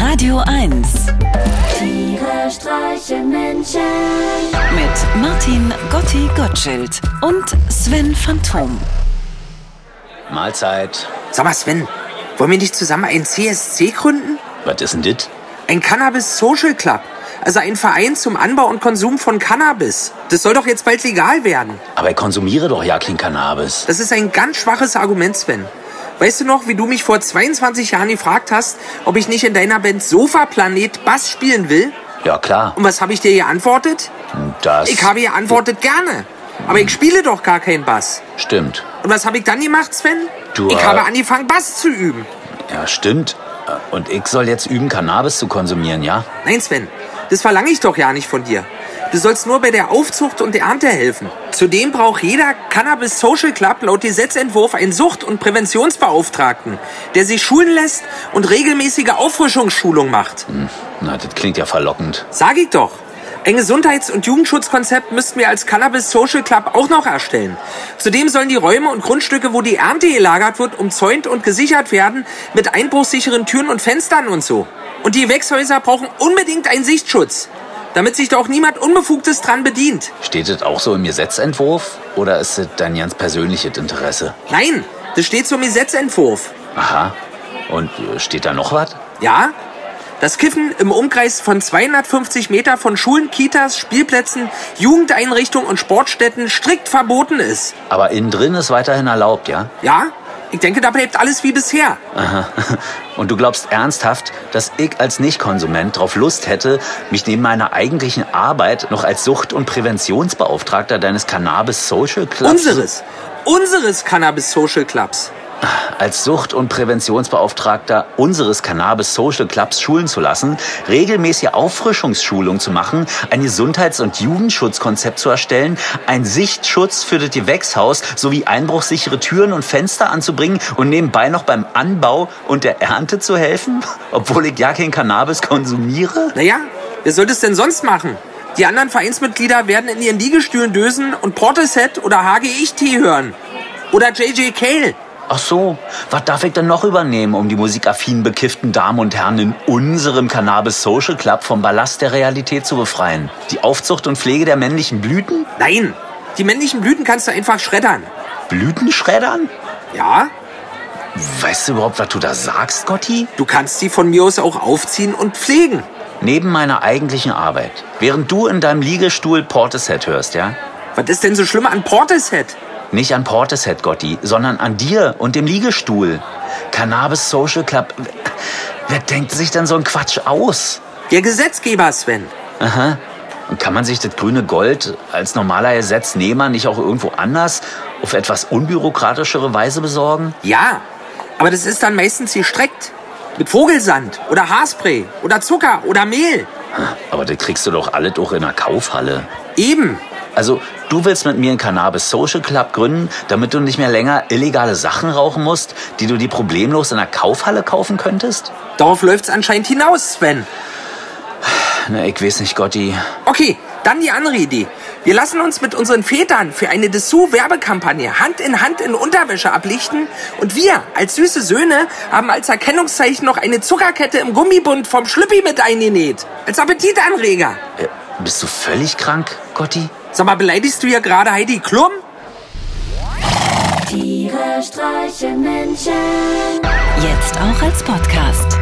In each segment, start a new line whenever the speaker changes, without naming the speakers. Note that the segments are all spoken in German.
Radio 1
Tiere streichen Menschen.
mit Martin Gotti Gottschild und Sven Phantom.
Mahlzeit.
Sag mal, Sven, wollen wir nicht zusammen ein CSC gründen?
Was ist denn dit?
Ein Cannabis Social Club. Also ein Verein zum Anbau und Konsum von Cannabis. Das soll doch jetzt bald legal werden.
Aber ich konsumiere doch ja kein Cannabis.
Das ist ein ganz schwaches Argument, Sven. Weißt du noch, wie du mich vor 22 Jahren gefragt hast, ob ich nicht in deiner Band Sofa Planet Bass spielen will?
Ja, klar.
Und was habe ich dir geantwortet?
Das
Ich habe geantwortet gerne. Aber ich spiele doch gar keinen Bass.
stimmt.
Und was habe ich dann gemacht, Sven?
Du,
ich
äh,
habe angefangen, Bass zu üben.
Ja, stimmt. Und ich soll jetzt üben, Cannabis zu konsumieren, ja?
Nein, Sven, das verlange ich doch ja nicht von dir. Du sollst nur bei der Aufzucht und der Ernte helfen. Zudem braucht jeder Cannabis Social Club laut Gesetzentwurf einen Sucht- und Präventionsbeauftragten, der sich schulen lässt und regelmäßige Auffrischungsschulung macht.
Na, das klingt ja verlockend.
Sag ich doch. Ein Gesundheits- und Jugendschutzkonzept müssten wir als Cannabis Social Club auch noch erstellen. Zudem sollen die Räume und Grundstücke, wo die Ernte gelagert wird, umzäunt und gesichert werden mit einbruchsicheren Türen und Fenstern und so. Und die Gewächshäuser brauchen unbedingt einen Sichtschutz, damit sich da auch niemand Unbefugtes dran bedient.
Steht das auch so im Gesetzentwurf? Oder ist das dein ganz persönliches Interesse?
Nein, das steht so im Gesetzentwurf.
Aha. Und äh, steht da noch was?
Ja? Das Kiffen im Umkreis von 250 Meter von Schulen, Kitas, Spielplätzen, Jugendeinrichtungen und Sportstätten strikt verboten ist.
Aber innen drin ist weiterhin erlaubt, ja?
Ja, ich denke, da bleibt alles wie bisher.
Aha. Und du glaubst ernsthaft, dass ich als Nichtkonsument darauf Lust hätte, mich neben meiner eigentlichen Arbeit noch als Sucht- und Präventionsbeauftragter deines Cannabis Social Clubs
Unseres, unseres Cannabis Social Clubs.
als Sucht- und Präventionsbeauftragter unseres Cannabis Social Clubs schulen zu lassen, regelmäßige Auffrischungsschulung zu machen, ein Gesundheits- und Jugendschutzkonzept zu erstellen, einen Sichtschutz für das Gewächshaus sowie einbruchsichere Türen und Fenster anzubringen und nebenbei noch beim Anbau und der Ernte zu helfen, obwohl ich ja kein Cannabis konsumiere?
Naja, wer sollte es denn sonst machen? Die anderen Vereinsmitglieder werden in ihren Liegestühlen dösen und Portishead oder HGIT hören. Oder JJ Cale.
Ach so, was darf ich denn noch übernehmen, um die musikaffinen bekifften Damen und Herren in unserem Cannabis Social Club vom Ballast der Realität zu befreien? Die Aufzucht und Pflege der männlichen Blüten?
Nein, die männlichen Blüten kannst du einfach schreddern.
Blütenschreddern?
Ja,
Weißt du überhaupt, was du da sagst, Gotti?
du kannst sie von mir aus auch aufziehen und pflegen.
Neben meiner eigentlichen Arbeit, während du in deinem Liegestuhl Portishead hörst, ja?
Was ist denn so schlimm an Portishead?
Nicht an Portishead, Gotti, sondern an dir und dem Liegestuhl. Cannabis Social Club. Wer denkt sich denn so einen Quatsch aus?
Der Gesetzgeber, Sven.
Aha. Und kann man sich das grüne Gold als normaler Ersatznehmer nicht auch irgendwo anders auf etwas unbürokratischere Weise besorgen?
Ja, aber das ist dann meistens gestreckt. Mit Vogelsand oder Haarspray oder Zucker oder Mehl.
Aber das kriegst du doch alles auch in der Kaufhalle.
Eben.
Also, du willst mit mir einen Cannabis Social Club gründen, damit du nicht mehr länger illegale Sachen rauchen musst, die du dir problemlos in der Kaufhalle kaufen könntest?
Darauf läuft's anscheinend hinaus, Sven.
Na, ich weiß nicht, Gotti.
Okay, dann die andere Idee. Wir lassen uns mit unseren Vätern für eine Dessous-Werbekampagne Hand in Hand in Unterwäsche ablichten und wir als süße Söhne haben als Erkennungszeichen noch eine Zuckerkette im Gummibund vom Schlüppi mit eingenäht. Als Appetitanreger.
Äh, bist du völlig krank, Gotti?
Sag mal, beleidigst du hier gerade Heidi Klum?
Tiere streichen Menschen.
Jetzt auch als Podcast.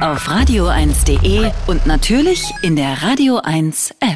Auf radio1.de und natürlich in der Radio 1 App.